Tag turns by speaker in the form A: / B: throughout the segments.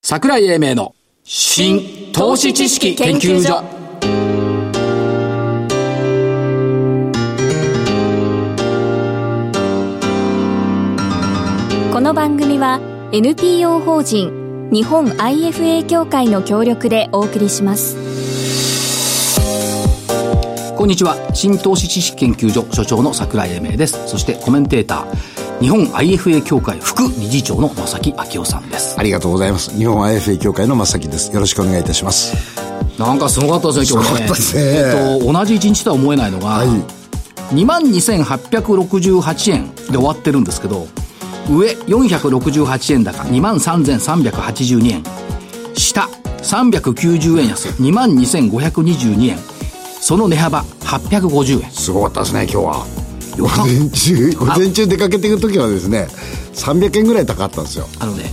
A: 桜井英明の新投資知識研究所
B: この番組は NPO 法人日本 IFA 協会の協力でお送りします
A: こんにちは新投資知識研究所所長の桜井英明ですそしてコメンテーター日本 IFA 協会副理事長の正木昭夫さんです
C: ありがとうございます。日本 IFA 協会の正木です。よろしくお願いいたします。
A: なんかすごかったですね今日ね
C: すごかったですね
A: えっと同じ一日とは思えないのが、
C: い
A: 2万2868円で終わってるんですけど上468円高2万3382円下390円安2万2522円その値幅850円
C: すごかったですね、今日は。
A: よか
C: 午前中、午前中出かけてる時はですね、300円ぐらい高かったんですよ。
A: あのね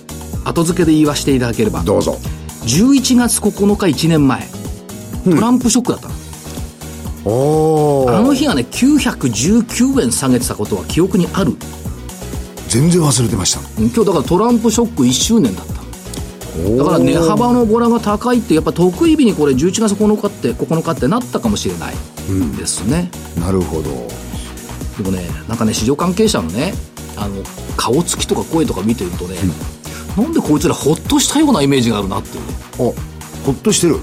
A: えー後付けで言わせていただければ
C: え、どうぞ。
A: 11月9日1年前トランプショックだったの、
C: お
A: あ
C: お。
A: の日はね919円下げてたことは記憶にある
C: 全然忘れてました。
A: 今日だからトランプショック1周年だっただから値幅のボラが高いってやっぱ得意日にこれ11月9日って9日ってなったかもしれないですね、
C: なるほど。
A: でもねなんかね市場関係者のねあの顔つきとか声とか見てるとね、なんでこいつらほっとしたようなイメージがあるなっていうね
C: お、ほっとしてる。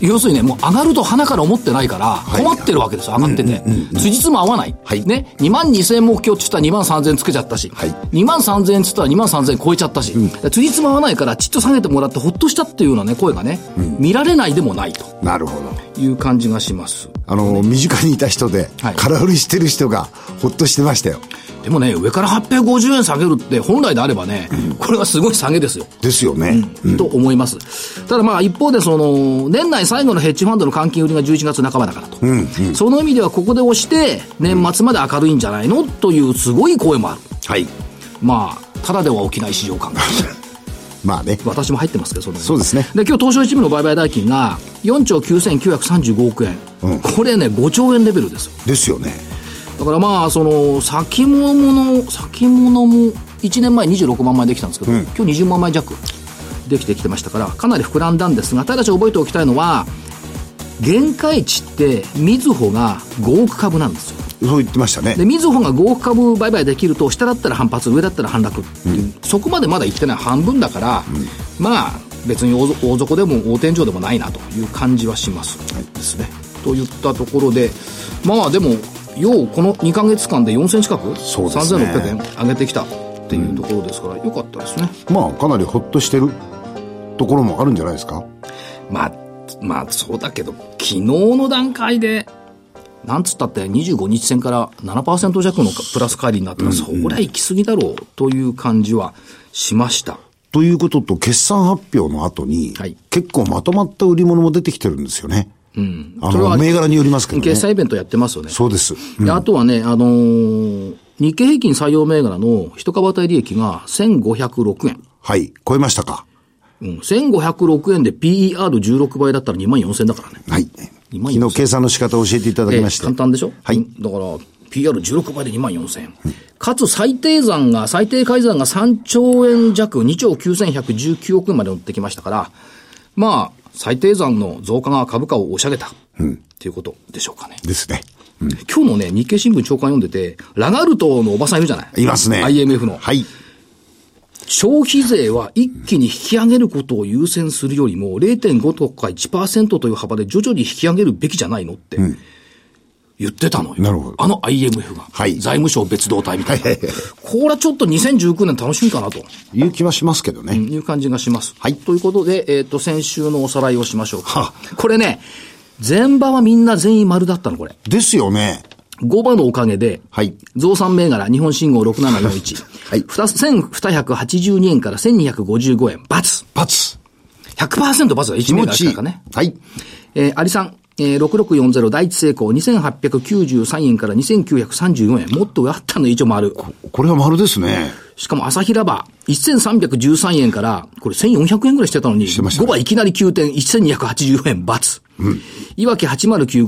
A: 要するにね、もう上がると鼻から思ってないから、
C: い
A: 困ってるわけですよ、上がってて。辻褄合わない。
C: はい
A: ね、2万2000円目標って言ったら2万3000円つけちゃったし、
C: はい
A: 2万3000円って言ったら2万3000円超えちゃったし、辻褄合わないからちっと下げてもらってほっとしたっていうようなね、声がね、見られないでもないと
C: なるほど。
A: いう感じがします。
C: あの、身近にいた人で
A: はい、
C: 空売りしてる人が、ほっとしてましたよ。
A: でもね、上から850円下げるって本来であればね、これはすごい下げですよ。
C: ですよね。
A: と思います。ただまあ一方でその、年内最後のヘッジファンドの換金売りが11月半ばだからと。その意味ではここで押して、年末まで明るいんじゃないのというすごい声もある。
C: はい。
A: まあ、ただでは起きない市場感が。
C: まあね。
A: 私も入ってますけど、その
C: そうですね
A: で、今日東証一部の売買代金が4兆9935億円。これね、5兆円レベルですよ。
C: ですよね。
A: だからまあ、その、先物の、先物も、1年前26万枚できたんですけど、今日20万枚弱できてきてましたから、かなり膨らんだんですが、ただし覚えておきたいのは、限界値って、みずほが5億株なんですよ。
C: そう言ってましたね
A: で、。みずほが5億株売買できると、下だったら反発、上だったら反落っていう、そこまでまだ行ってない半分だから、まあ、別に大大底でも大天井でもないなという感じはします。ですね。といったところで、まあでも、ようこの2ヶ月間で4000近く、
C: そうですね
A: 3600円上げてきたっていうところですから、よかったですね。
C: まあ、かなりほっとしてるところもあるんじゃないですか。
A: まあ、まあそうだけど、昨日の段階で、なんつったって25日線から7%弱のプラス乖離になってます。そりゃ行き過ぎだろうという感じはしました。
C: ということと、決算発表の後に、
A: はい
C: 結構まとまった売り物も出てきてるんですよね。
A: うん。
C: あ
A: それ
C: の、
A: は
C: 銘柄によりますけどね。
A: 決済イベントやってますよね。
C: そうです。
A: であとはね、あのー日経平均採用銘柄の一株当たり利益が1506円。
C: はい。超えましたか。
A: うん、1506円で PER16 倍だったら2万4000だからね。
C: はい。
A: 今
C: 昨日計算の仕方を教えていただきました。
A: ええ簡単でしょ
C: はい
A: うんだから、PR16 倍で2万4000円。かつ最低算が、最低改ざんが3兆円弱、2兆9119億円まで乗ってきましたから、まあ、最低算の増加が株価を押し上げた。っていうことでしょうかね。
C: ですね。
A: 今日のね、日経新聞長官読んでて、ラガルトのおばさんいるじゃない
C: いますね。
A: IMF の。
C: はい。
A: 消費税は一気に引き上げることを優先するよりも、0.5とか1%という幅で徐々に引き上げるべきじゃないのって、言ってたのよ。
C: なるほど
A: あの IMF が。
C: はい
A: 財務省別動隊みたいな。これはちょっと2019年楽しみかなと
C: いう気はしますけどね。
A: いう感じがします。
C: はい
A: ということで、えっ、と、先週のおさらいをしましょうか
C: は。
A: これね、前場はみんな全員丸だったの、これ。
C: ですよね。
A: 5場のおかげで、
C: はい
A: 増産銘柄、日本信号6741。
C: はい
A: ふた1282円から1255円、バツ。
C: パツ。
A: 100%バツだ、
C: 気
A: 1銘
C: 持
A: 柄
C: ちい
A: し
C: い。
A: かね。
C: はい。
A: えー、アリさん、えー、6640第一成功、2893円から2934円。もっと上あったの一応丸。
C: これは丸ですね。
A: しかも朝日ラバー、1313円から、これ1400円ぐらいしてたのに、
C: てました
A: 5
C: ね
A: 倍いきなり9点、1284円罰。いわき8095、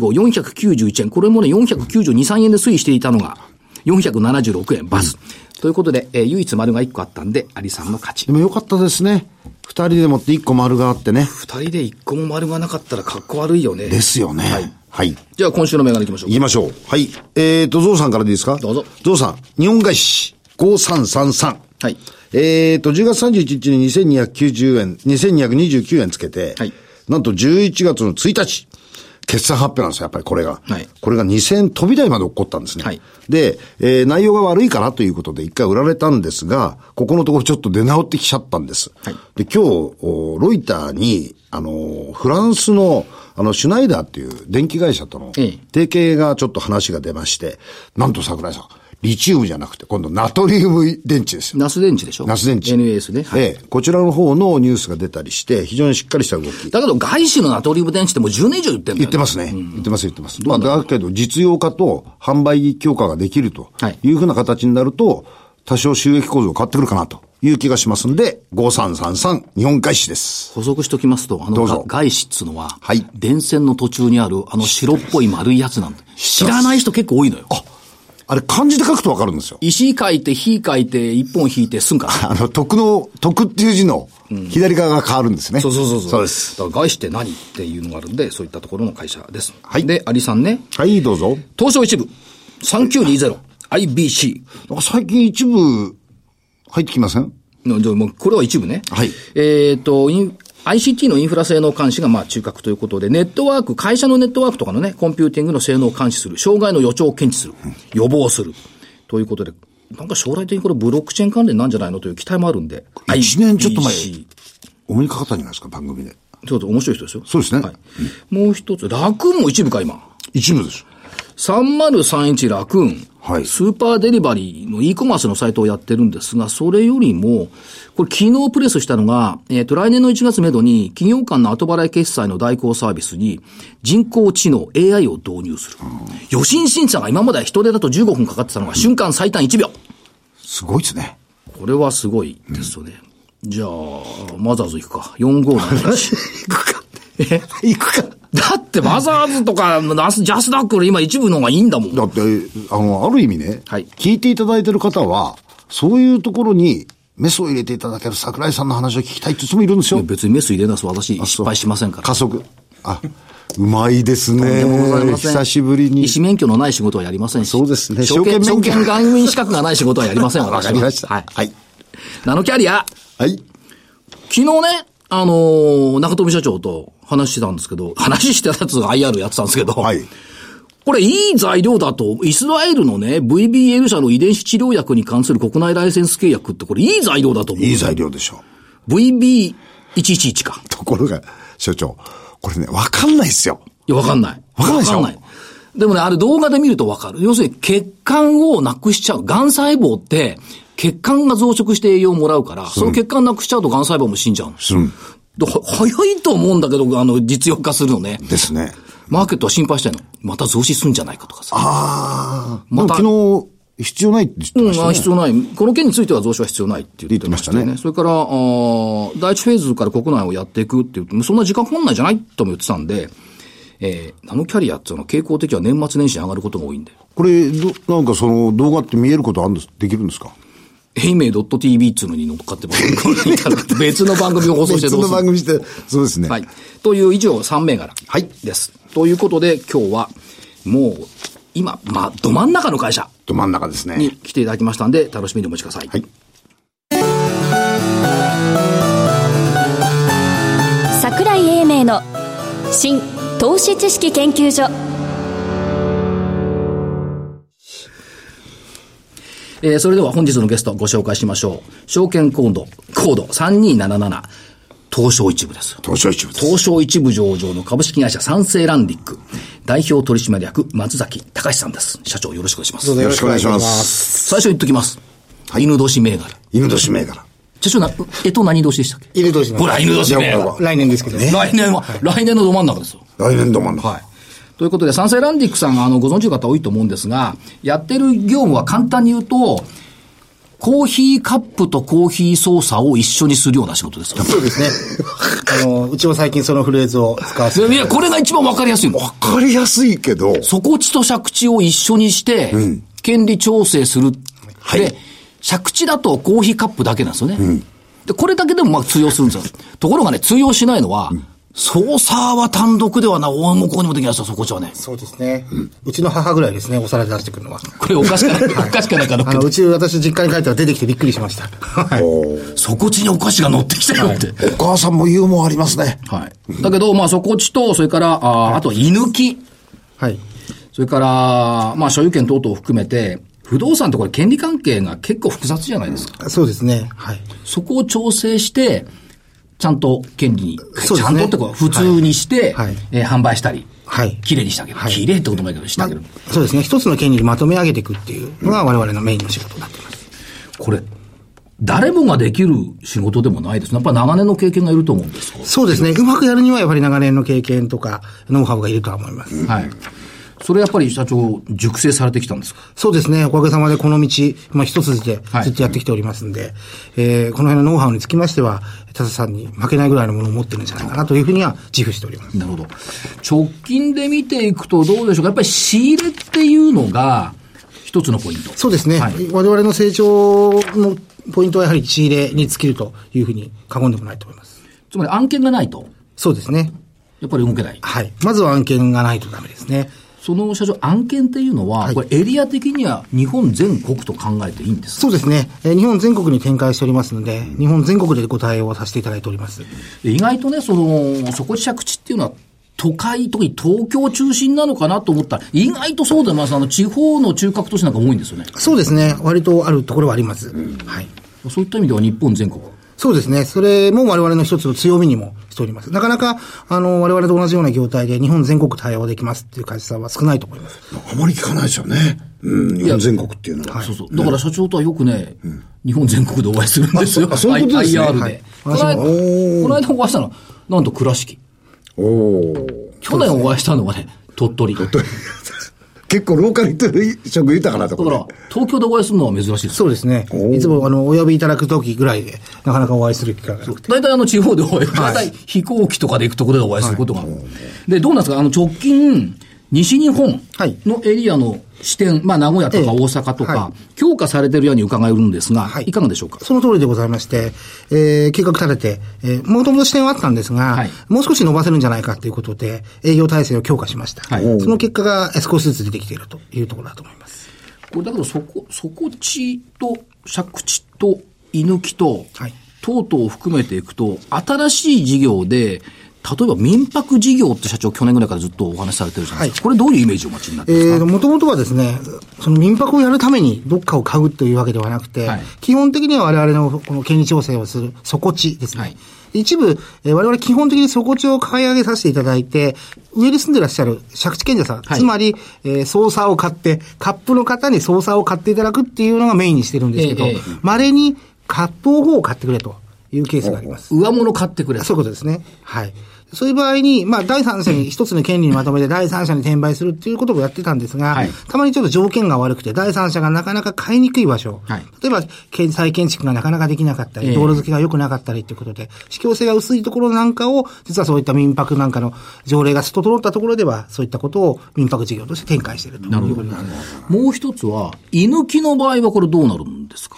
A: 491円。これもね、492、3円で推移していたのが、476円罰。ということで、えー唯一丸が1個あったんで、アリさんの勝ち
C: で。もよかったですね。二人でもって一個丸があってね。
A: 二人で一個も丸がなかったらかっこ悪いよね。
C: ですよね。
A: はい。
C: はい
A: じゃあ今週の銘柄いきましょう
C: 行き
A: か。
C: ましょう。はい。えーと、ゾウさんからでいいですか
A: どうぞ
C: ゾウさん、日本外資5333。
A: はい。
C: えーと、10月31日に2290円、2229円つけて、
A: はい
C: なんと11月の1日、決算発表なんですよ、やっぱりこれが。
A: はい
C: これが2000飛び台まで起こったんですね。
A: はい
C: で、えー内容が悪いからということで一回売られたんですが、ここのところちょっと出直ってきちゃったんです。
A: はい
C: で、今日、おロイターに、あのーフランスの、あの、シュナイダーっていう電気会社との
A: ええ
C: 提携がちょっと話が出まして、なんと桜井さん、リチウムじゃなくて、今度ナトリウム電池ですよ。
A: ナス電池でしょ
C: ナス電池。
A: NAS ね。はい。
C: ええ、こちらの方のニュースが出たりして、非常にしっかりした動き。
A: だけど外資のナトリウム電池ってもう10年以上言ってんだよ、ね。
C: 言ってますね。言ってます、言ってます。まあ、だけど、実用化と販売強化ができると
A: はい
C: いうふうな形になると、多少収益構造変わってくるかなという気がしますんで、5333日本外資です。
A: 補足しときますと、あ
C: ど
A: の、
C: うぞ
A: が外資っつうのは、
C: はい
A: 電線の途中にある、あの白っぽい丸いやつなんだ。知らない人結構多いのよ。
C: あれ、漢字で書くとわかるんですよ。
A: 石書いて、火書いて、一本引いて、すんから。
C: あの、徳の、徳っていう字の左側が変わるんです ね。
A: そうそうそうそう。
C: そうです。
A: だから外資って何っていうのがあるんで、そういったところの会社です。
C: はい
A: で、アリさんね、
C: はい、どうぞ。
A: 東証一部、3920、IBC。
C: なんか最近一部入ってきません
A: のじゃあもうこれは一部ね。
C: はい
A: えっ、と、イン ICT のインフラ性能監視がまあ中核ということで、ネットワーク、会社のネットワークとかのね、コンピューティングの性能を監視する、障害の予兆を検知する、予防する、ということで、なんか将来的にこれブロックチェーン関連なんじゃないのという期待もあるんで。
C: 一年ちょっと前
A: IBC
C: お目にかかったんじゃないですか、番組で。
A: そうそう、面白い人ですよ。
C: そうですね
A: はい。もう一つ、ラクーンも一部か、今。
C: 一部です。
A: 3031ラクーン、
C: はい
A: スーパーデリバリーの e コマースのサイトをやってるんですが、それよりも、これ昨日プレスしたのが、えっ、と、来年の1月めどに、企業間の後払い決済の代行サービスに、人工知能 AI を導入する。予診審査が今までは人手だと15分かかってたのが、瞬間最短1秒。
C: すごいで すね。
A: これはすごいですよね。じゃあ、マザーズ行くか。4578。行く か。 え
C: 行くか。
A: だって、マザーズとか、ナスジャスダックより今一部の方がいいんだもん。
C: だって、あの、ある意味ね、
A: はい
C: 聞いていただいてる方は、そういうところにメスを入れていただける桜井さんの話を聞きたいって人もいるんですよ。
A: 別にメス入れなす私
C: あ
A: 失
C: そう
A: 敗しませんから
C: 加。速。あ、うまいですね。
A: とんでもございません
C: 久しぶりに
A: 医。師免許のない仕事はやりませんし。
C: そうですね
A: 証券、
C: 証
A: 証
C: 券免許
A: 券外務員資格がない仕事はやりません、
C: わ
A: 私は。
C: かりました。
A: はい。
C: はい。
A: ナノキャリア、
C: はい。
A: 昨日ね、あのー中富社長と話してたんですけど、話してたやつが IR やってたんですけど、
C: はい。
A: これいい材料だと、イスラエルのね、VBL 社の遺伝子治療薬に関する国内ライセンス契約ってこれいい材料だと思う。
C: いい材料でしょう。
A: VB111 か。
C: ところが、所長、これね、わかんないですよ。
A: いや、わかんない。
C: わかんないでしょ
A: でもね、あれ動画で見るとわかる。要するに血管をなくしちゃう。癌細胞って、血管が増殖して栄養をもらうから、その血管なくしちゃうと癌細胞も死んじゃうの。
C: うん。
A: では 早いと思うんだけど、あの、実用化するのね。
C: ですね。
A: マーケットは心配してんの。また増資するんじゃないかとかさ。
C: ああ。
A: また
C: また。昨日、必要ないって言って
A: う
C: ま
A: ん、
C: し
A: あ
C: たね。
A: 必要ない。この件については増資は必要ないって言ってましたよね。
C: 言ってま
A: それから、あー第一フェーズから国内をやっていくっていう、そんな時間かかんないじゃないとも言ってたんで、えー、ナノキャリアっていうのは傾向的には年末年始に上がることが多いんで。
C: これ、どなんかその動画って見えることあるんです、できるんですか
A: ヘイメイ .tv っていうのに乗っかってます。別の番組を放送してどうする
C: 別の番組して、そうですね。
A: はい。という以上3銘柄。
C: はい
A: です。ということで今日は、もう、今、まあ、ど真ん中の会社
C: ど真ん中です
A: に
C: ね。
A: 来ていただきましたんで、楽しみにお待ちください。
C: はい。
B: 桜井英明の新投資知識研究所
A: えーそれでは本日のゲストご紹介しましょう。証券コード、コード3277、東証一部です。
C: 東証一部です。
A: 東証一部上場の株式会社三成ランディック、代表取締役松崎隆さんです。社長よろしくお願いします。
C: よろしくお願いします。
A: 最初言っときます。犬年銘柄。
C: 犬年銘柄。
A: 社長な、えと何年でしたっけ
D: 犬年の
A: ほら、犬年銘
C: いや
A: 柄
C: ほ。
D: 来年ですけどね。
A: 来年は、来年のど真ん中ですよ。
C: 来年度真ん中。
A: はい。ということで、三成ランディックさん、あの、ご存知の方多いと思うんですが、やってる業務は簡単に言うと、コーヒーカップとコーヒー操作を一緒にするような仕事です。
D: そうです ね。あの、うちも最近そのフレーズを使わせて。
A: いや、これが一番わかりやすいの。
C: わかりやすいけど、
A: 底地と借地を一緒にして、権利調整する。で、借地だとコーヒーカップだけなんですよね。で、これだけでもまあ通用するんですよ。ところがね、通用しないのは、操作は単独ではな、大向こうにもできないですよ、そこじゃね。
D: そうですね、うちの母ぐらいですね、お皿で出してくるのは。
A: これおかしくない、おかしくないかのっ
D: あ
A: け
D: の、
A: ど
D: うち、私実家に帰ったら出てきてびっくりしました。はい。
A: そこちにお菓子が乗ってきたよって。
C: お母さんもユーモアありますね。
A: はい。だけど、まあ、そこちと、それから、あーあと、居抜き。
D: はい。
A: それから、まあ、所有権等々を含めて、不動産ってこれ権利関係が結構複雑じゃないですか。
D: そうですね。はい。
A: そこを調整して、ちゃんと権利に、
D: そう
A: ち
D: で
A: ゃ
D: す
A: ん
D: ね
A: とってこう普通にして、
D: はいはい
A: えー販売したり、
D: はい
A: 綺麗にしてあげる。
D: はい
A: 綺麗ってこともいいけど、して
D: ま
A: あ
D: あ
A: げる。
D: そうですね。一つの権利にまとめ上げていくっていうのが我々のメインの仕事になってます。
A: これ、誰もができる仕事でもないですね。やっぱり長年の経験がいると思うんですよ
D: そうですね。うまくやるにはやっぱり長年の経験とか、ノウハウがいるとは思います。
A: はい。それやっぱり社長、熟成されてきたんですか
D: そうですね。おかげさまでこの道、まあ一筋で
A: はい
D: ずっとやってきておりますんで、えーこの辺のノウハウにつきましては、田田さんに負けないぐらいのものを持ってるんじゃないかなというふうには自負しております。
A: なるほど。直近で見ていくとどうでしょうか。やっぱり仕入れっていうのが一つのポイント。
D: そうですね。
A: はい
D: 我々の成長のポイントはやはり仕入れに尽きるというふうに過言でもないと思います。
A: つまり案件がないと、
D: そうですね。
A: やっぱり動けない。
D: はい。まずは案件がないとダメですね。
A: その社長、案件っていうのは、
D: はい
A: これエリア的には日本全国と考えていいんですか
D: そうですね。えー日本全国に展開しておりますので、日本全国でご対応をさせていただいております。
A: 意外とね、その、そこ着地っていうのは、都会、特に東京中心なのかなと思ったら、意外とそうでます。あの、地方の中核都市なんか多いんですよね。
D: そうですね。割とあるところはあります。はい。
A: そういった意味では日本全国。
D: そうですね。それも我々の一つの強みにもしております。なかなか、あの、我々と同じような業態で日本全国対応できますっていう会社さんは少ないと思います。
C: あまり聞かないですよね。うん、日本全国っていうのは。
A: そうそう。だから社長とはよくね、日本全国でお会いするんですよ。
C: あそういうことですね
A: I- IR で。
D: はい
A: この間
D: 私も
A: この間お会いしたのは、なんと倉敷。
C: おー
A: 去年お会いしたのはね、鳥取。だか
C: 結構ローカルと食豊かなとこ
A: ら
C: ろ。、
A: 東京でお会いするのは珍しいです。
D: そうですね。いつも、あの、お呼びいただくときぐらいで、なかなかお会いする機会がなくて。
A: 大体あの地方でお会い、大体飛行機とかで行くところでお会いすることがある。で、どうなんですかあの直近、西日本
D: はい
A: のエリアの支店、まあ名古屋とか大
D: ええ
A: 阪とか
D: は、
A: 強化されてるように伺えるんですが、
D: はい
A: いかがでしょうか
D: その通りでございまして、えー計画立てて、えー、もともと視点はあったんですが、
A: はい
D: もう少し伸ばせるんじゃないかということで、営業体制を強化しました。
A: はい
D: その結果がえー少しずつ出てきているというところだと思います。
A: これだけどそこ、そこ地と借地と居抜きと、
D: はい
A: とうとう含めていくと、新しい事業で、例えば民泊事業って社長去年ぐらいからずっとお話しされてるじゃないですか。これどういうイメージをお持ちになって
D: え
A: るんですか、
D: ー、もともとはですね、その民泊をやるためにどっかを買うというわけではなくて、
A: はい
D: 基本的には我々のこの権利調整をする底地ですね。
A: はい
D: 一部、えー我々基本的に底地を買い上げさせていただいて、上に住んでらっしゃる借地権者さん、
A: はい
D: つまり、えー、操作を買って、カップの方に操作を買っていただくっていうのがメインにしてるんですけど
A: ええええ、
D: 稀、にカップの方を買ってくれというケースがあります。
A: 上物買ってくれ。
D: そういうことですね。はい。そういう場合に、まあ、第三者に一つの権利にまとめて、第三者に転売するっていうことをやってたんですが、
A: はい
D: たまにちょっと条件が悪くて、第三者がなかなか買いにくい場所、
A: はい
D: 例えば、建再建築がなかなかできなかった
A: ええ
D: り、道路付きが良くなかったりということで、市況性が薄いところなんかを、実はそういった民泊なんかの条例が整ったところでは、そういったことを民泊事業として展開しているということになります。
A: もう一つは、居抜きの場合はこれどうなるんですか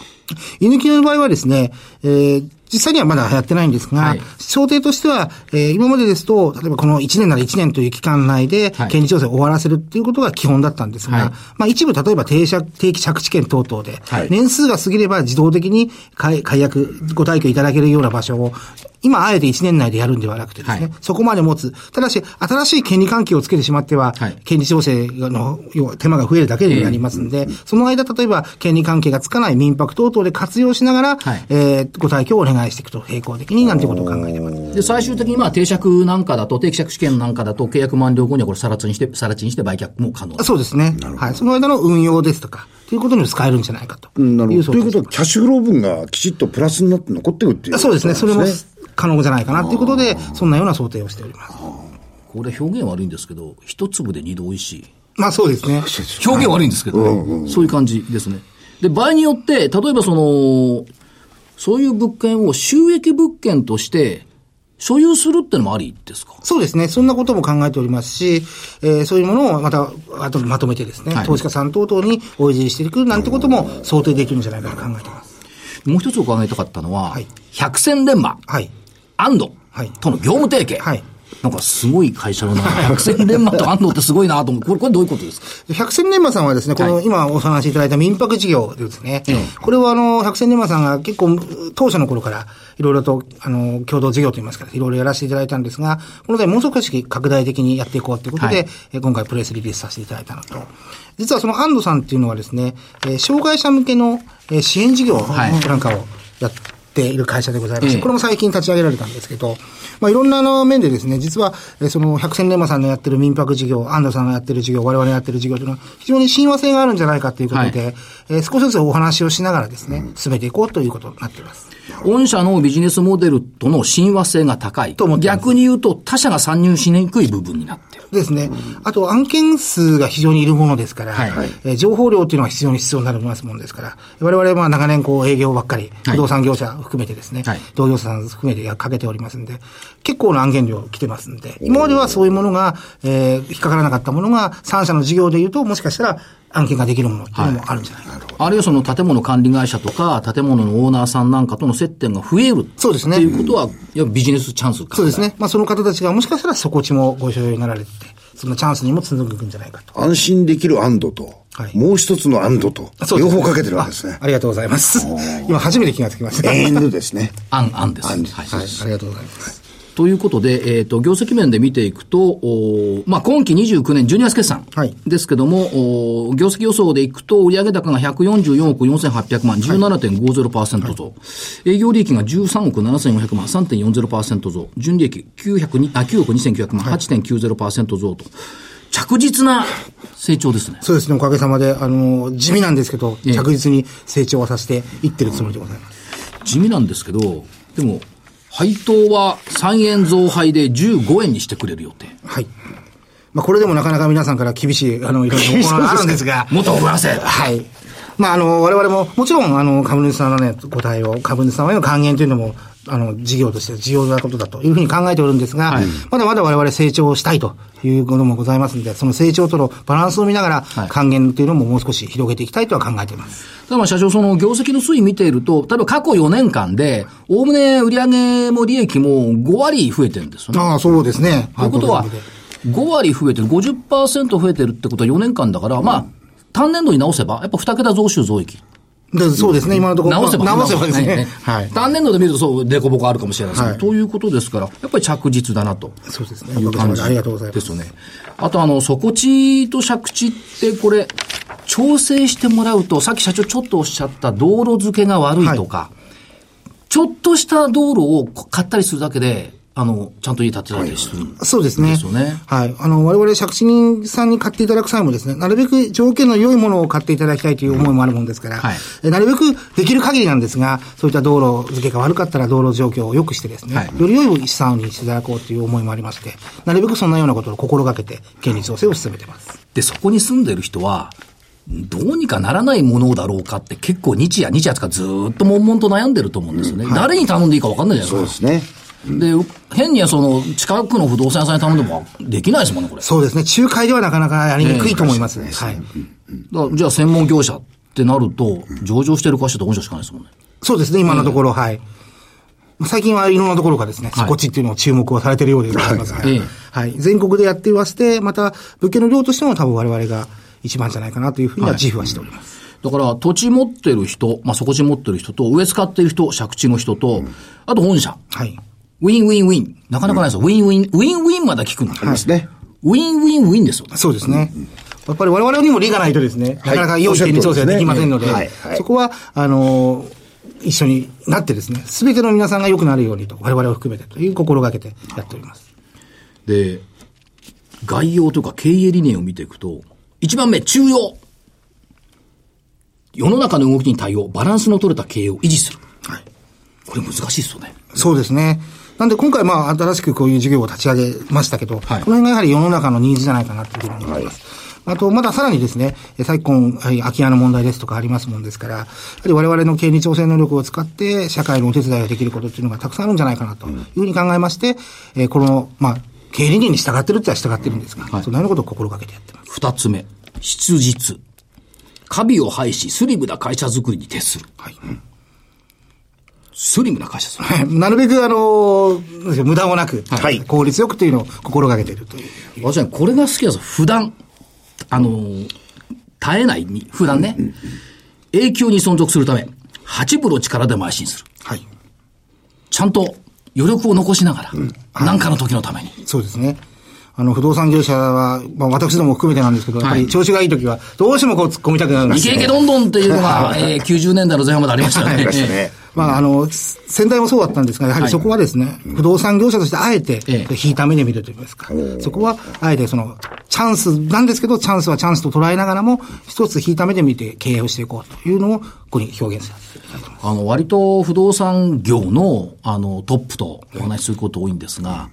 D: 居抜きの場合はですね、えー実際にはまだやってないんですが、
A: はい
D: 想定としては、えー今までですと、例えばこの1年なら1年という期間内で
A: はい、
D: 権利調整を終わらせるっていうことが基本だったんですが、
A: はい
D: まあ一部、例えば定着定期着地権等々で、
A: はい
D: 年数が過ぎれば自動的に解解約、ご退去いただけるような場所を、今あえて1年内でやるんではなくてですね、
A: はい
D: そこまで持つ。ただし、新しい権利関係をつけてしまっては、
A: はい
D: 権利調整の要は手間が増えるだけになりますので、その間、例えば、権利関係がつかない民泊等々で活用しながら、
A: はい
D: えーご退去をお願いしていくと、並行的になんてことを考えてます。
A: で、最終的にまあ定着なんかだと、定期借地権なんかだと、契約満了後にはこれ、さら地にして、さら地にして売却も可能。
D: そうですね。はい。その間の運用ですとか、ということにも使えるんじゃないかと。
C: うん、なるほど。
D: 想
C: とい
D: 定
C: うことは、キャッシュフロー分がきちっとプラスになって残っていくっていう。
D: そうですね。それも
C: ね
D: 可能じゃないかなということで、そんなような想定をしております。
A: これ表現悪いんですけど、一粒で二度美味しい。
D: まあそうですね。
A: 表現悪いんですけどね、そういう感じですね。で、場合によって、例えばその、そういう物件を収益物件として所有するってのもありですか
D: そうですね。そんなことも考えておりますし、えーそういうものをまた、あとまとめてですね、
A: はい
D: 投資家さん等々にお譲りしていくなんてことも想定できるんじゃないかと考えてます。
A: もう一つ伺いたかったのは、
D: はい
A: 百戦錬磨
D: はい。
A: 安藤
D: はい
A: との業務提携。
D: はい
A: なんかすごい会社の名前、百戦錬磨と安藤ってすごいなと思う。これ、これどういうことですか
D: 百戦錬磨さんはですね、この
A: はい
D: 今お話しいただいた民泊事業ですね、これはあの、百戦錬磨さんが結構当初の頃からいろいろとあの、共同事業といいますか、いろいろやらせていただいたんですが、この度もう少し拡大的にやっていこうということ
A: は
D: で
A: い、
D: えー今回プレスリリースさせていただいたのと。実はその安藤さんっていうのはですね、えー障害者向けのえー支援事業
A: はい
D: なんかをやっている会社でございま
A: ええ
D: す。これも最近立ち上げられたんですけど、まあ、いろんなあの面でですね、実は、えーその、百戦錬磨さんのやってる民泊事業、安藤さんがやってる事業、我々がやってる事業というのは、非常に親和性があるんじゃないかということで、
A: は
D: えー少しずつお話をしながらですね、進めていこうということになっています。
A: 御社のビジネスモデルとの親和性が高い
D: と思。ってます
A: 逆に言うと他社が参入しにくい部分になってる。
D: ですね。あと、案件数が非常にいるものですから、
A: はいはい
D: えー情報量っていうのは必要に必要になりますもんですから、我々はまあ長年こう営業ばっかり、不動産業者含めてですね、
A: はい
D: 同業者さん含めてかけておりますんで、結構な案件量来てますんで、今まではそういうものが、えー引っかからなかったものが、3社の事業でいうと、もしかしたら案件ができるものっていうのもあるんじゃないかなと。
A: あるいはその建物管理会社とか、建物のオーナーさんなんかとの接点が増える。
D: そうですね
A: っていうことは、いわゆるビジネスチャンスか。
D: そうですね。まあその方たちがもしかしたら底地もご所有になられてて、そのチャンスにもつなぐんじゃないかと。
C: 安心できる安堵と、
D: はい
C: もう一つの安堵と、
D: そう
C: 両方かけてるわけですね
D: あ。ありがとうございます。今初めて気がつきました。
C: エンドですね。
A: 案、案です。
C: 案
A: はい
D: はい、ありがとうございます。
A: ということで、えっ、と、業績面で見ていくと、おーまあ、今期29年12月決算
D: はい
A: ですけども、おー業績予想でいくと、売上高が144億4800万、17.50%増、営業利益が13億7400万、3.40%増、純利益902あ9億2900万、8.90%増と、着実な成長ですね。
D: そうですね、おかげさまで、あの、地味なんですけど、
A: ええ
D: 着実に成長はさせていってるつもりでございます。
A: 地味なんですけど、でも、配当は3円増配で15円にしてくれる予定。
D: はい。まあ、これでもなかなか皆さんから厳しい、あの、いろいろものがあるんですが、
A: もっと上らせ
D: はい。まあ、あの、我々も、もちろん、あの、株主さんのね、ご対応、株主様への還元というのも、あの、事業として重要なことだというふうに考えておるんですが、まだまだ我々成長したいということもございますので、その成長とのバランスを見ながら
A: い、
D: 還元というのももう少し広げていきたいとは考えています。
A: ただまあ社長、その業績の推移見ていると、例えば過去4年間で、おおむね売上も利益も5割増えてるんですよね。
D: ああ、そうですね。
A: ということは
D: 反抗的なので、
A: 5割増えてる、50%増えてるってことは4年間だから、まあ、単年度に直せば、やっぱ2桁増収増益。
D: でそうですね、今のところ。
A: 直せば。
D: 直せばですね。
A: は。
D: はいい。
A: 単年度で見るとそう、凸凹あるかもしれないですけど、
D: はい
A: ということですから、やっぱり着実だなと。
D: そうですね。おかげさまでありがとうございま。
A: ですすよね。あと、あの、底地と借地って、これ、調整してもらうと、さっき社長ちょっとおっしゃった道路付けが悪いとか、ちょっとした道路を買ったりするだけで、あの、ちゃんと家建てたりする。
D: そうですね。
A: ですよね
D: はい。あの、我々、借地人さんに買っていただく際もですね、なるべく条件の良いものを買っていただきたいという思いもあるもんですから、
A: はい
D: えなるべくできる限りなんですが、そういった道路付けが悪かったら道路状況を良くしてですね、
A: はい
D: より良い資産にしていただこうという思いもありまして、なるべくそんなようなことを心がけて、権利調整を進めてます。
A: で、そこに住んでる人は、どうにかならないものだろうかって結構日夜、日夜とかずーっと悶々と悩んでると思うんですよね。誰に頼んでいいか分かんないじゃない
C: そう
A: で
C: です
A: か。
C: すね。
A: で、変にその、近くの不動産屋さんに頼んでもできないですもんね、これ。
D: そうですね。仲介ではなかなかやりにくいと思いますね。はい。
A: だからじゃあ専門業者ってなると、上場してる会社って御社しかないですもんね。
D: そうですね、今のところ、はい。最近はいろんなところがですね、
A: はい
D: そこちっていうのを注目をされているようでございますが、
A: ええ
D: はい。全国でやっていまして、また、物件の量としても多分我々が一番じゃないかなというふうには自負はしております。
A: だから、土地持ってる人、まあ、底地持ってる人と、上使ってる人、借地の人と、あと本社。
D: はい。
A: ウィンウィンウィン。なかなかないですよ。ウィンウィン、ウィンウィンまだ聞くんだ。
C: ありますね。
A: ウィンウィンウィンですよ。
D: そうですね。やっぱり我々にも利がないとですね、
C: はい
D: なかなか良い権利調整はできませんので、
C: おっしゃる通りですねはいはい
D: そこは、あの一緒になってですね、すべての皆さんが良くなるようにと、我々を含めてという心がけてやっております。
A: で、概要というか経営理念を見ていくと、一番目、中央。世の中の動きに対応、バランスの取れた経営を維持する。
D: はい。
A: これ難しいですよね。
D: そうですね。なんで今回まあ新しくこういう事業を立ち上げましたけど、この辺がやはり世の中のニーズじゃないかなというふうに思います。あと、まださらにですね、え昨今、はい空き家の問題ですとかありますもんですから、やはり我々の経理調整能力を使って、社会のお手伝いができることっていうのがたくさんあるんじゃないかなというふうに考えまして、えーこの、まあ、経理人に従ってるっては従ってるんですが、そんなようなことを心がけてやってます。
A: 二つ目、質実。カビを排し、スリムな会社づくりに徹する。
D: はい。
A: スリムな会社づくり。
D: なるべく、あのー無駄もなく、
C: はい
D: 効率よくというのを心がけてるという。
A: 私はこれが好きなんですよ。普段。あのー絶えないに、普段ね。永久に存続するため、八分の力で邁進する。
D: はい。
A: ちゃんと余力を残しながら、何かの時のために。
D: そうですね。あの、不動産業者は、まあ、私どもも含めてなんですけど、やっぱり調子がいい時は、どうしてもこう突っ込みたくなるんで
A: イ
D: すよ
A: ケイケどんどんっていうのが、えー90年代の前半までありましたよね。
C: ね。
D: まあ、あの、先代もそうだったんですが、やはりそこはですね、不動産業者としてあえて
A: ええ、
D: 引いた目で見ると言いますか、そこは、あえてその、チャンスなんですけど、チャンスはチャンスと捉えながらも、一つ引いた目で見て経営をしていこうというのを、ここに表現する。
A: あの、割と不動産業の、あの、トップとお話しすること多いんですが、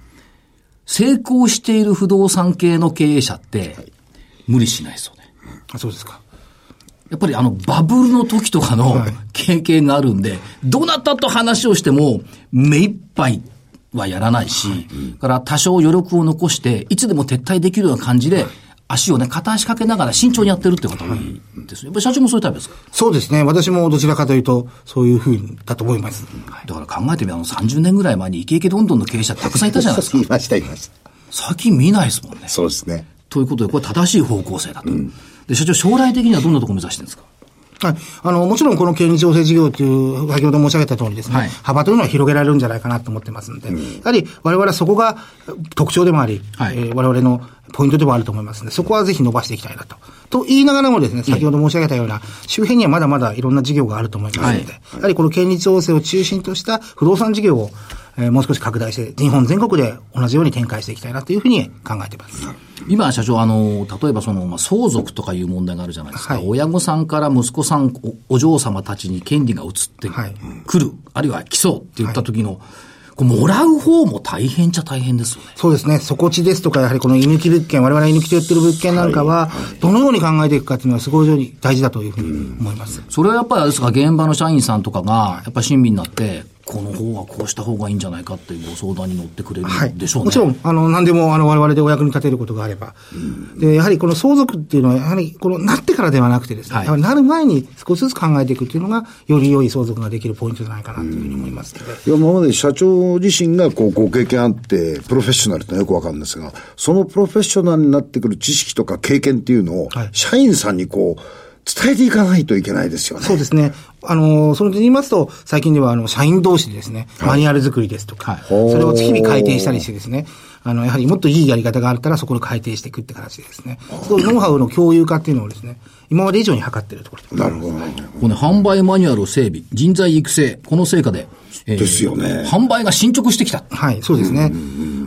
A: 成功している不動産系の経営者って、無理しないですよね。
D: あそうですか。
A: やっぱりあの、バブルの時とかの
D: はい
A: 経験があるんで、どなたと話をしても、目いっぱいはやらないし、だから多少余力を残して、いつでも撤退できるような感じで、足をね、片足かけながら慎重にやってるって方が多いですね。やっぱり社長もそういうタイプですか
D: そうですね。私もどちらかというと、そういうふうだと思います。
A: だから考えてみれば、あの30年ぐらい前にイケイケどんどんの経営者たくさんいたじゃないですか。
C: いました、いました。
A: 最近見ないですもんね。
C: そうですね。
A: ということで、これ正しい方向性だと。で、社長、将来的にはどんなところ目指してるんですか
D: はい。あの、もちろんこの経理調整事業という、先ほど申し上げた通りですね、
A: はい
D: 幅というのは広げられるんじゃないかなと思ってますので、やはり我々はそこが特徴でもあり、
A: はい
D: えー我々のポイントでもあると思いますので、そこはぜひ伸ばしていきたいなと。と言いながらもですね、先ほど申し上げたような、周辺にはまだまだいろんな事業があると思いますので、
A: はい
D: やはりこの経理調整を中心とした不動産事業を、えーもう少し拡大して、日本全国で同じように展開していきたいなというふうに考えています。
A: 今、社長、あの、例えばその、まあ、相続とかいう問題があるじゃないですか。
D: はい
A: 親御さんから息子さんお、お嬢様たちに権利が移って
D: はい
A: くる、あるいは来そうって言った時の、こうもらう方も大変っちゃ大変ですよね。
D: そうですね。底地ですとか、やはりこの居抜き物件、我々居抜きと言ってる物件なんかは、どのように考えていくかっていうのは、すごい非常に大事だというふうに思います。
A: それはやっぱりあれですか、現場の社員さんとかが、やっぱり親身になって、この方はこうした方がいいんじゃないかっていうご相談に乗ってくれる
D: はい。
A: んでしょうね。
D: もちろん、あの、何でも、あの、我々でお役に立てることがあれば。で、やはりこの相続っていうのは、やはり、この、なってからではなくてですね、
A: はい
D: やはりなる前に少しずつ考えていくっていうのが、より良い相続ができるポイントじゃないかなというふうに思いますので。
C: いや、今まで社長自身がこうご経験あって、プロフェッショナルってのはよくわかるんですが、そのプロフェッショナルになってくる知識とか経験っていうのを
D: はい、
C: 社員さんにこう、伝えていかないといけないですよね。
D: そうですね。あの、その点で言いますと、最近では、あの、社員同士でですね、マニュアル作りですとか、それを日々改定したりしてですね、あの、やはりもっといいやり方があったら、そこで改定していくって形でですね、そういうノウハウの共有化っていうのをですね、今まで以上に図っているところで
C: なるほど。
A: この販売マニュアルを整備、人材育成、この成果で、えー
C: ですよね
A: 販売が進捗してきた。
D: はい、そうですね。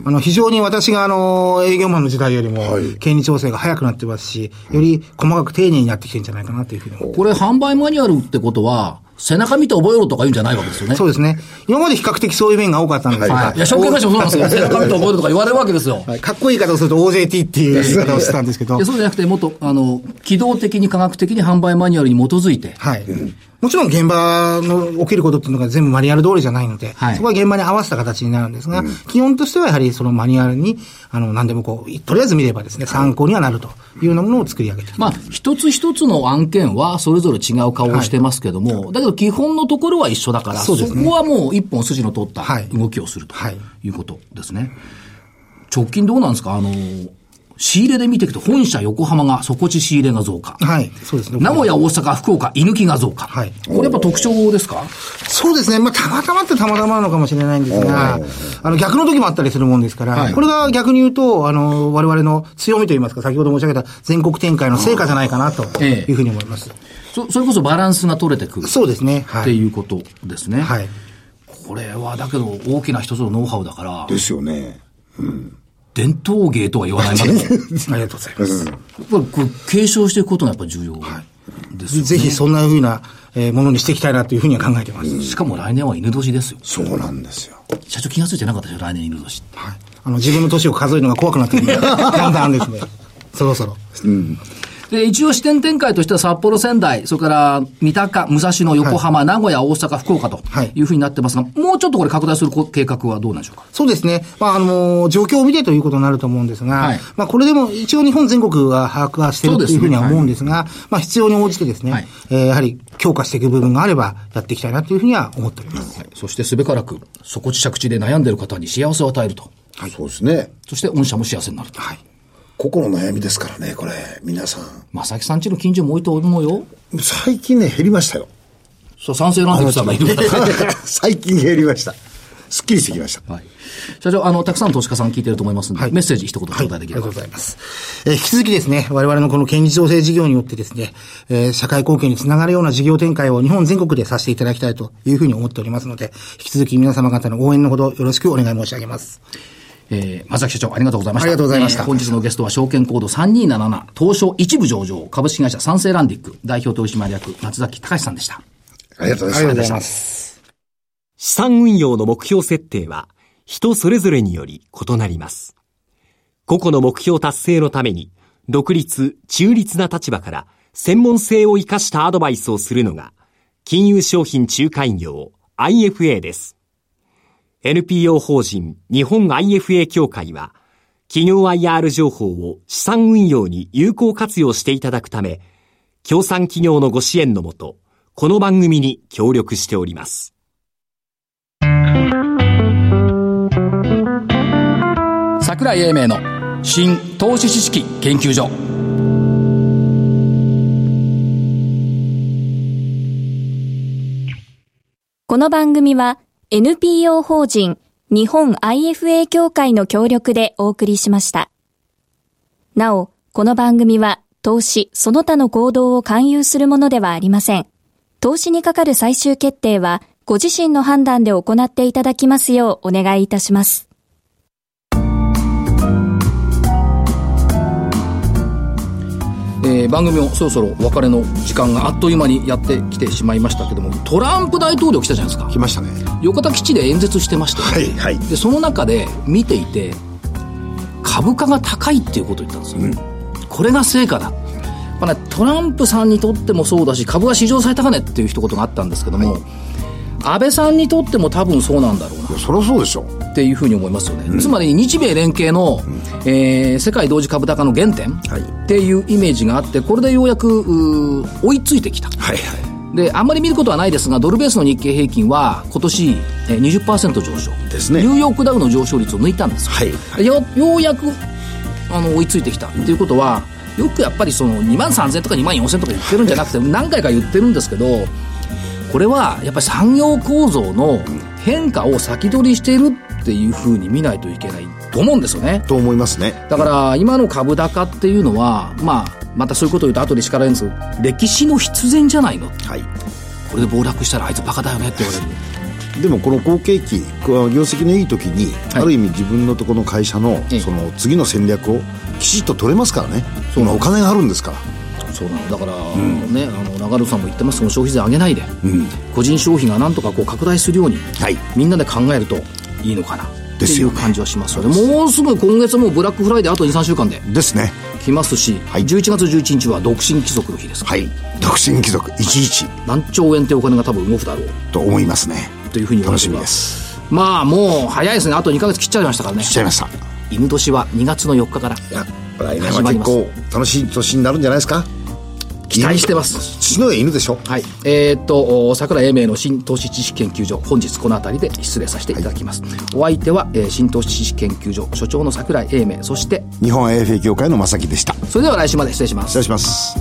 D: あの、非常に私が、あの、営業マンの時代よりも
C: はい、
D: 権利調整が早くなってますし、より細かく丁寧になってきてるんじゃないかなというふうに思ってます
A: これ販売マニュアルってことは、背中見て覚えろとか言うんじゃないわけですよね。
D: そうですね。今まで比較的そういう面が多かったんですが、
A: はい。いや、証券会社もそうなんですよ。背中見て覚えろとか言われるわけですよ。
D: はいかっこいい言い方をすると OJT っていう言い方をしてたんですけど
A: いや、、そうじゃなくて、もっと、あの、機動的に科学的に販売マニュアルに基づいて、
D: はい。もちろん現場の起きることっていうのが全部マニュアル通りじゃないので、
A: はい
D: そこは現場に合わせた形になるんですが、基本としてはやはりそのマニュアルに、あの、何でもこう、とりあえず見ればですね、参考にはなるというようなものを作り上げていく
A: まあ、一つ一つの案件はそれぞれ違う顔をしてますけども、だけど基本のところは一緒だから、そ,、
D: そうですね
A: こはもう一本筋の通った
D: はい
A: 動きをすると
D: はい
A: いうことですね。直近どうなんですかあの、仕入れで見ていくと、本社横浜が底地仕入れが増加。
D: はい。そうですね。
A: 名古屋、大阪、福岡、居抜きが増加。
D: はい
A: これやっぱ特徴ですか
D: そうですね。まあ、たまたまってたまたまなのかもしれないんですが、あの、逆の時もあったりするもんですから、
A: はい
D: これが逆に言うと、あの、我々の強みといいますか、先ほど申し上げた全国展開の成果じゃないかなと
A: ええ
D: いうふうに思います。
A: そそれこそバランスが取れてくる。
D: そうですね。は
A: って
D: い。
A: いうことですね。
D: はい。
A: これはだけど大きな一つのノウハウだから、
C: ですよね。
A: 伝統芸とは言わないまでも。
D: ありがとうございます。
A: やっぱりこう継承していくことがやっぱ重要ですよね。
D: ぜひそんなふうな、えーものにしていきたいなというふうには考えてます。
A: しかも来年は犬年ですよ。
C: そうなんですよ。
A: 社長気がついてなかったでしょ、来年犬年って。
D: はい。あの、自分の年を数えるのが怖くなってくる。だんだんですね。そろそろ。
A: で、一応視点展開としては札幌、仙台、それから三鷹、武蔵野、横浜、名古屋、大阪、福岡と
D: はい
A: いうふうになってますが、もうちょっとこれ拡大する計画はどうなんでしょうか
D: そうですね。まあ、あの、状況を見てということになると思うんですが、
A: はい
D: まあ、これでも一応日本全国は把握はしてる
A: そうです
D: と
A: ね
D: いうふうには思うんですが、まあ、必要に応じてですね、
A: はい
D: えーやはり強化していく部分があればやっていきたいなというふうには思っております。
A: そしてすべからく、底地着地で悩んでいる方に幸せを与えると。
C: そうですね。
A: そして御社も幸せになると。
D: はい。
C: ここの悩みですからね、これ、皆さん。
A: 正木さんちの近所も多いと思うよ。
C: 最近ね、減りましたよ。
A: そう、賛成なんてさんがいるから。
C: 最近減りました。すっきりしてきました。
A: はい。社長、あの、たくさんの投資家さん聞いてると思いますので、メッセージ一言頂戴できれば、
D: はいありがとうございます。えー引き続きですね、我々のこの県立調整事業によってですね、えー社会貢献につながるような事業展開を日本全国でさせていただきたいというふうに思っておりますので、引き続き皆様方の応援のほどよろしくお願い申し上げます。
A: えー、松崎社長、ありがとうございました。
D: ありがとうございました
A: えー本日のゲストは、証券コード3277、東証一部上場、株式会社三成ランディック、代表取締役、松崎隆さんでした。
C: ありがとうございまし
D: ありがとう
C: た
D: ござい。ます。
E: 資産運用の目標設定は人それぞれにより異なります。個々の目標達成のために独立、中立な立場から専門性を生かしたアドバイスをするのが金融商品仲介業 IFA です。NPO 法人日本 IFA 協会は企業 IR 情報を資産運用に有効活用していただくため、協賛企業のご支援のもと、この番組に協力しております。
A: 桜井英明の新投資知識研究所
B: この番組は NPO 法人日本 IFA 協会の協力でお送りしました。なお、この番組は投資その他の行動を勧誘するものではありません。投資にかかる最終決定はご自身の判断で行っていただきますようお願いいたします。
A: えー番組もそろそろお別れの時間があっという間にやってきてしまいましたけどもトランプ大統領来たじゃないです
C: 来
A: か
C: ましたね。
A: 横田基地で演説してましたよ
C: は
A: ね、
C: い、はい。
A: でその中で見ていて株価が高いっていうことを言ったんですよ、これが成果だ、まあね、トランプさんにとってもそうだし株が史上最高値っていう一言があったんですけども、安倍さんにとっても多分そうなんだろうない
C: や、そりゃそうでしょ。
A: っていうふうに思いますよね、つまり日米連携の、えー世界同時株高の原点
C: はい
A: っていうイメージがあってこれでようやくうー追いついてきた
C: はい、は
A: であんまり見ることはないですがドルベースの日経平均は今年えー20%上昇
C: い。ですね。
A: ニュ
C: は
A: ーヨークダウの上昇率を抜いたんですよ
C: い。
A: でよようやくあの追いついてきたっていうことは、よくやっぱりその2万3000とか2万4000とか言ってるんじゃなくて何回か言ってるんですけどこれはやっぱり産業構造の変化を先取りしているっていうふうに見ないといけないと思うんですよね。
C: と思いますね。
A: だから今の株高っていうのは、まあ、またそういうことを言うと後で叱られるんですけど歴史の必然じゃないの
C: はい。
A: これで暴落したらあいつバカだよねって言われる
C: でもこの好景気こう業績のいい時に、
A: はい
C: ある意味自分のとこの会社の
A: ええ
C: その次の戦略をきちっと取れますからね
A: そう
C: まあお金があるんですから
A: そうなのだから、ねあの長野さんも言ってますけど消費税上げないで、個人消費がなんとかこう拡大するように、
C: はい
A: みんなで考えるといいのかなって
C: です
A: い
C: よ
A: う
C: ね
A: 感じはしますよねもうすぐ今月もブラックフライデーあと23週間で
C: ですね
A: 来ますし、
C: はい
A: 11月11日は独身貴族の日ですから、
C: はい独身貴族いちいち
A: 何兆円ってお金が多分動くだろう
C: と思いますね
A: というふうに言わ
C: 楽
A: れて
C: し
A: い
C: み
A: ま
C: です
A: まあもう早いですねあと2ヶ月切っちゃいましたからね
C: しちゃいました
A: 犬年は2月の4日から
C: いや来
A: 年
C: 年
A: は
C: は
A: 結
C: 結
A: 構
C: 構楽しい年になるんじゃないですか
A: 期待してます
C: 父の犬でしょ
A: はいえーっとお桜井英明の新投資知識研究所本日この辺りで失礼させていただきます、お相手は、えー新投資知識研究所所長の桜井英明そして
C: 日本 AFA 協会の正木でした失
A: それでは来週まで失礼します
C: 礼します